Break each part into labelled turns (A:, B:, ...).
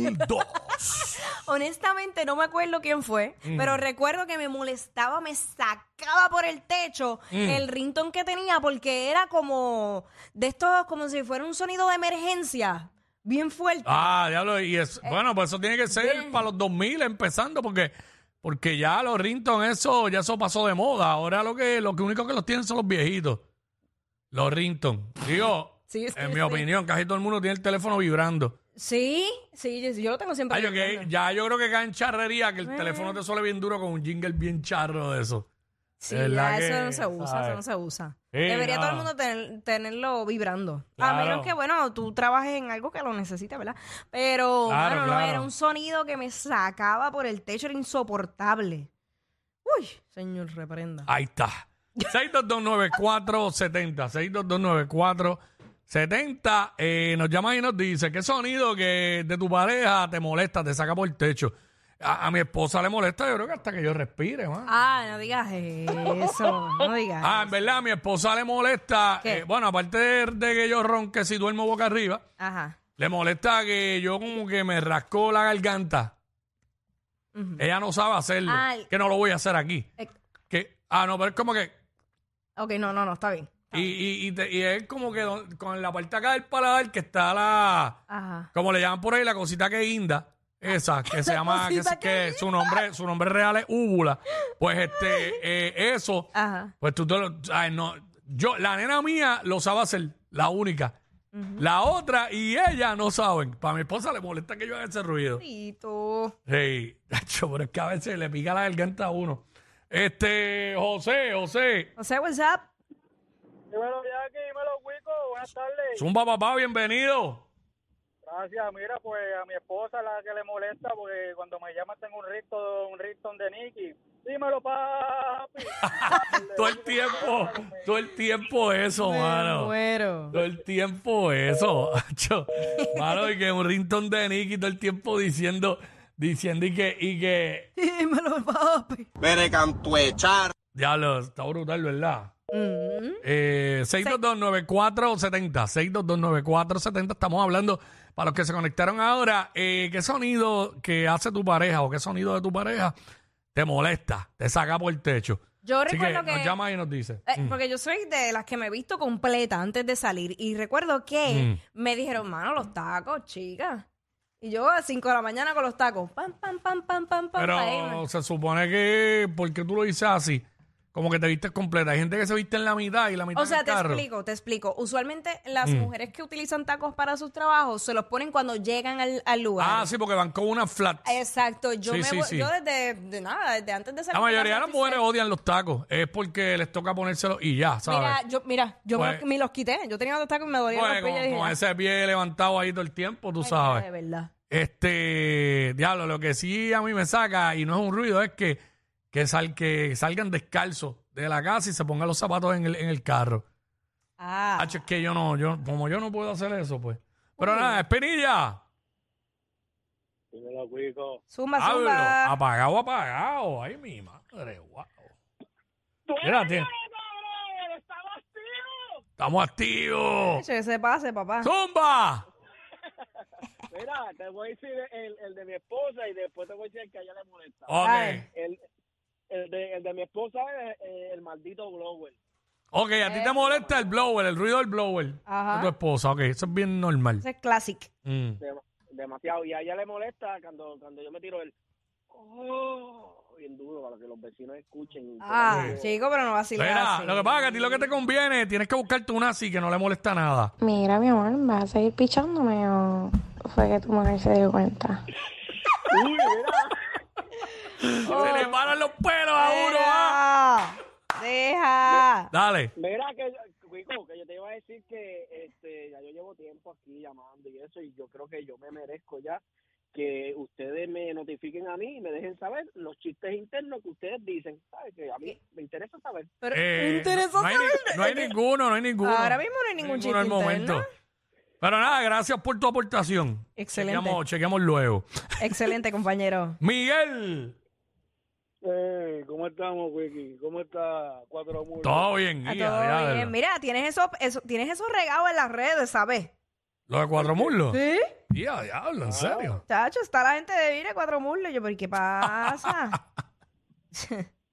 A: 2002.
B: Honestamente no me acuerdo quién fue,
A: Mm.
B: pero recuerdo que me molestaba, me sacaba por el techo
A: Mm.
B: el rington que tenía porque era como de estos, como si fuera un sonido de emergencia, bien fuerte.
A: Ah, diablo. Y
B: Eh,
A: es, bueno, pues eso tiene que ser para los 2000 empezando, porque porque ya los Rinton, eso ya eso pasó de moda. Ahora lo que lo que único que los tienen son los viejitos. Los Rinton. Digo,
B: Sí, sí,
A: en mi
B: sí.
A: opinión, casi todo el mundo tiene el teléfono vibrando.
B: Sí, sí, yo- yo lo tengo siempre.
A: Ay, yo que-
B: vibrando. Eh.
A: ya yo creo que cae en charrería que el teléfono te suele bien duro con un jingle bien charro de eso.
B: Sí,
A: de verdad
B: ya, eso
A: que,
B: no se usa,
A: ¿sabes?
B: eso no se usa.
A: Sí,
B: Debería todo el
A: no.
B: mundo tener- tenerlo vibrando. A
A: Claro.
B: menos que, bueno, tú trabajes en algo que lo necesites, ¿verdad? Pero,
A: Claro,
B: mano, no,
A: claro.
B: era un sonido que me sacaba por el techo, era insoportable. Uy, señor, reprenda.
A: Ahí está. 6229470. 6229470. Eh, nos llama y nos dice, ¿qué sonido que de tu pareja te molesta, te saca por el techo? A, a mi esposa le molesta, yo creo que hasta que yo respire, man.
B: Ah, no digas eso, no digas.
A: Ah, en verdad, a mi esposa le molesta.
B: ¿Qué?
A: eh, bueno, aparte de, de que yo ronque si duermo boca arriba,
B: Ajá.
A: le molesta que yo como que me rasco la garganta.
B: Ujú.
A: Ella no sabe hacerlo.
B: Ay.
A: Que no lo voy a hacer aquí.
B: Eh,
A: Que, ah, no, pero es como que
B: ok, no, no, no, está bien.
A: Y, y, y, te- y es como que don- con la parte acá del paladar que está la,
B: Ajá.
A: como le llaman por ahí, la cosita que guinda, esa, que se
B: La
A: llama, que,
B: cosita
A: se-
B: que
A: que su nombre, su nombre real es úvula. Pues este, eh, eso,
B: Ajá.
A: pues tú te lo, ay, no, yo, la nena mía lo sabe hacer, la única. La otra y ella no saben. Para mi esposa le molesta que yo haga ese ruido.
B: Y tú.
A: Sí, Nacho, pero es que a veces le pica la garganta a uno. Este, José, José.
B: O sea, WhatsApp.
C: Dímelo, Jackie, dímelo, Wico, buenas tardes.
A: Zumba papá, bienvenido.
C: Gracias, mira, pues a mi esposa la que le molesta, porque cuando me llama tengo un rito, un Rington de Nicky. Dímelo, papi.
A: Todo el tiempo, todo el tiempo eso, Oh, mano.
B: Bueno.
A: Todo el tiempo eso, macho. Mano, y que un rington de Nicky todo el tiempo diciendo, diciendo y que, y que,
B: Dímelo, papi.
D: Vere cantuechar.
A: diablo, está brutal, ¿verdad?
B: Mm.
A: Eh, 6229470, 6229470, estamos hablando, para los que se conectaron ahora, eh, ¿qué sonido que hace tu pareja o qué sonido de tu pareja te molesta, te saca por el techo?
B: Yo
A: Así que,
B: recuerdo que.
A: nos llama y nos dice. Mm.
B: Eh, Porque yo soy de las que me he visto completa antes de salir. Y recuerdo que
A: Mm.
B: me dijeron, mano, los tacos, chica. Y yo a 5 de la mañana con los tacos. Pam, pam, pam, pam, pam, pam. pa' irme.
A: Pero se supone que porque tú lo dices así, como que te vistes completa. Hay gente que se viste en la mitad y la mitad
B: O sea,
A: en el
B: te
A: carro. Mm.
B: explico, te explico. Usualmente las mujeres que utilizan tacos para sus trabajos se los ponen cuando llegan al, al lugar.
A: Ah, sí, porque van con una flat.
B: Exacto. Yo,
A: Sí,
B: me
A: sí,
B: voy-
A: sí.
B: yo desde de nada, desde antes de salir.
A: la
B: de
A: mayoría de
B: casa
A: las
B: estoy
A: mujeres odian los tacos. Es porque les toca ponérselos y ya,
B: cerca.
A: ¿sabes?
B: Mira, yo, mira, yo me,
A: Pues-
B: los, me los quité. Yo tenía los tacos y me dolían
A: Pues,
B: los pies.
A: con,
B: y dije,
A: con ese pie levantado ahí todo el tiempo, tú
B: "Ay,
A: sabes.
B: De verdad.
A: Este, diablo, lo que sí a mí me saca, y no es un ruido, es que, que, sal, que salgan descalzos de la casa y se pongan los zapatos en el, en el carro.
B: Ah.
A: Hacho, es que yo no, yo, como yo no puedo hacer eso, pues. Pero nada, Espinilla.
C: Dímelo, Wico.
B: Zumba,
A: Hablo,
B: zumba.
A: apagado, apagado. Ay, mi madre, guau. Mira, tío,
C: ¡Estamos tío!
A: estamos activos.
B: Que se pase, papá.
A: ¡Zumba!
C: Mira, te voy a decir el, el de mi esposa y después te voy a decir el que a ella le molesta.
A: Ok,
B: Ay.
C: El, el, de, el de mi esposa es eh, el maldito blower.
A: ok, a ti te molesta el blower, el ruido del blower
B: Eh. Ajá.
A: de tu esposa. Ok, eso es bien normal.
B: Ese es classic.
A: Mm.
C: Dem- demasiado. Y a ella le molesta cuando, cuando yo me tiro el... ¡Oh! Bien duro para que los vecinos escuchen.
B: Ah,
A: Sí.
B: chico, pero no vacilar
A: Mira,
B: así.
A: Eh. lo que pasa es que a ti lo que te conviene, tienes que buscarte una así que no le molesta nada.
E: Mira, mi amor, ¿vas a seguir pichándome o fue que tu mujer se dio cuenta?
B: Oh.
A: Se le paran los pelos a uno, ah.
B: Deja. Deja.
A: Dale.
C: Mira que yo, Cuico, que yo te iba a decir que este ya yo llevo tiempo aquí llamando y eso y yo creo que yo me merezco ya que ustedes me notifiquen a mí y me dejen saber los chistes internos que ustedes dicen, ¿sabes? Que a mí me interesa saber.
B: Pero
A: Eh,
B: interesante.
A: no, hay ni- no hay ninguno, no hay ninguno.
B: Ahora mismo no hay ningún
A: Ninguno al
B: chiste
A: momento.
B: interno.
A: Pero nada, gracias por tu aportación.
B: Excelente.
A: Chequeamos, chequeamos luego.
B: Excelente, compañero.
A: Miguel,
C: Eh, ¿cómo estamos, Wiki? ¿Cómo está Cuatro Muros?
A: todo bien,
B: A
A: guía,
B: todo
A: diablo.
B: bien. Mira, tienes eso, eso, tienes eso regado en las redes, ¿sabes?
A: ¿Lo de cuatro muslos?
B: ¿Sí?
A: Ya, diablo, en serio.
B: Chacho, está la gente de Vire cuatro muslos. Yo, ¿por qué pasa?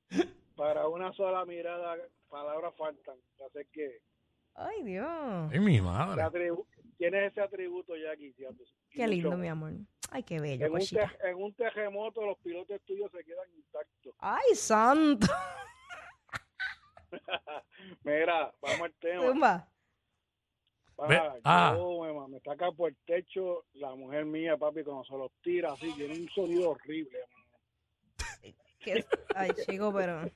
C: Para una sola mirada, palabras faltan. Así que
B: Ay, Dios.
A: Ay, mi
C: te
A: madre.
C: atribu- tienes ese atributo ya aquí. fíjate.
B: Qué lindo,
C: Mucho.
B: mi amor. Ay, qué bello,
C: En un,
B: cosita.
C: te- en un terremoto los pilotos tuyos se quedan intactos.
B: Ay, santo.
C: Mira, vamos al tema.
B: Zumba.
C: Pa,
A: Ve- ah.
C: yo, me ma- me saca por el techo la mujer mía, papi, cuando se los tira así, tiene un sonido horrible.
B: Que- Ay, chico, pero...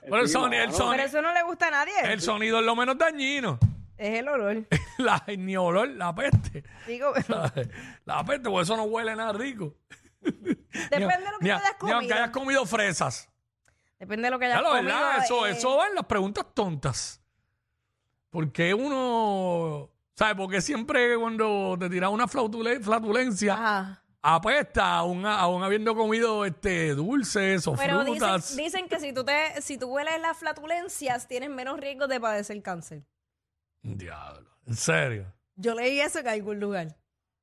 A: Pero el sonido, el
B: Pero
A: sonido,
B: eso no le gusta a nadie.
A: el sonido es lo menos dañino.
B: Es el olor.
A: La, ni olor, la peste.
B: Chico, pero...
A: ¿sabes? La peste, porque eso no huele nada rico.
B: Depende de lo que
A: Ni a-
B: tú hayas
A: Ni aunque
B: comido.
A: hayas comido fresas.
B: Depende de lo que hayas
A: Ya lo
B: comido.
A: verdad, eso,
B: eh,
A: eso van las preguntas tontas. Porque uno, ¿sabes? Porque siempre cuando te tiras una flautule- flatulencia,
B: Ajá.
A: apesta aún, aún habiendo comido este dulces o
B: Pero dicen,
A: frutas.
B: dicen que si tú te, si tú hueles las flatulencias, tienes menos riesgo de padecer cáncer.
A: Diablo, en serio.
B: Yo leí eso en algún lugar.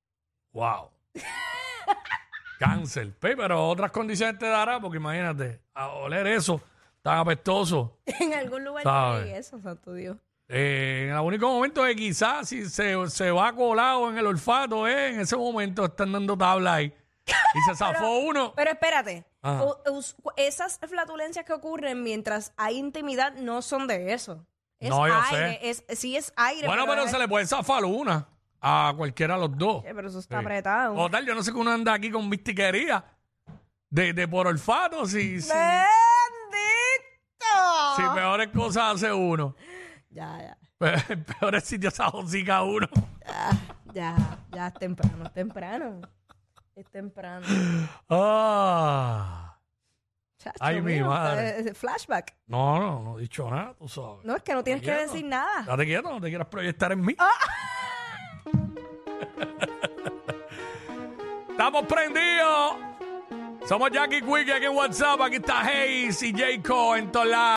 A: Wow. Cáncer. Pe, Pero otras condiciones te dará, porque imagínate, a oler eso tan apestoso.
B: en algún lugar yo
A: Sabe.
B: leí eso, santo Dios.
A: Eh, en el único momento que quizás si se, se va colado en el olfato, eh, en ese momento están dando tabla ahí. Y se zafó uno.
B: Pero pues, espérate,
A: Ajá.
B: o- us- cu- esas flatulencias que ocurren mientras hay intimidad no son de eso. Es
A: No, yo
B: aire,
A: sé.
B: Es, sí es aire.
A: bueno, pero se le puede zafar una a cualquiera de los dos.
B: Eh, pero eso está
A: Sí.
B: apretado.
A: O tal, yo no sé que uno anda aquí con mistiquería de, de por olfato, si, si,
B: ¡Bendito!
A: si peores cosas hace uno.
B: Ya, ya,
A: Pe- Peores sitios ajocica uno.
B: Ah, ya, ya, es temprano, es temprano. Es temprano.
A: Ah.
B: Chacho,
A: Ay, mi
B: mira,
A: madre.
B: eh, Flashback.
A: No, no, no he dicho nada, tú sabes.
B: No, es que no tienes que
A: Quieto.
B: decir nada.
A: Date quieto, no te quieras proyectar en mí. Estamos prendidos. Somos Jackie Quick aquí en WhatsApp. Aquí está Hayes y Jayco en todos lados.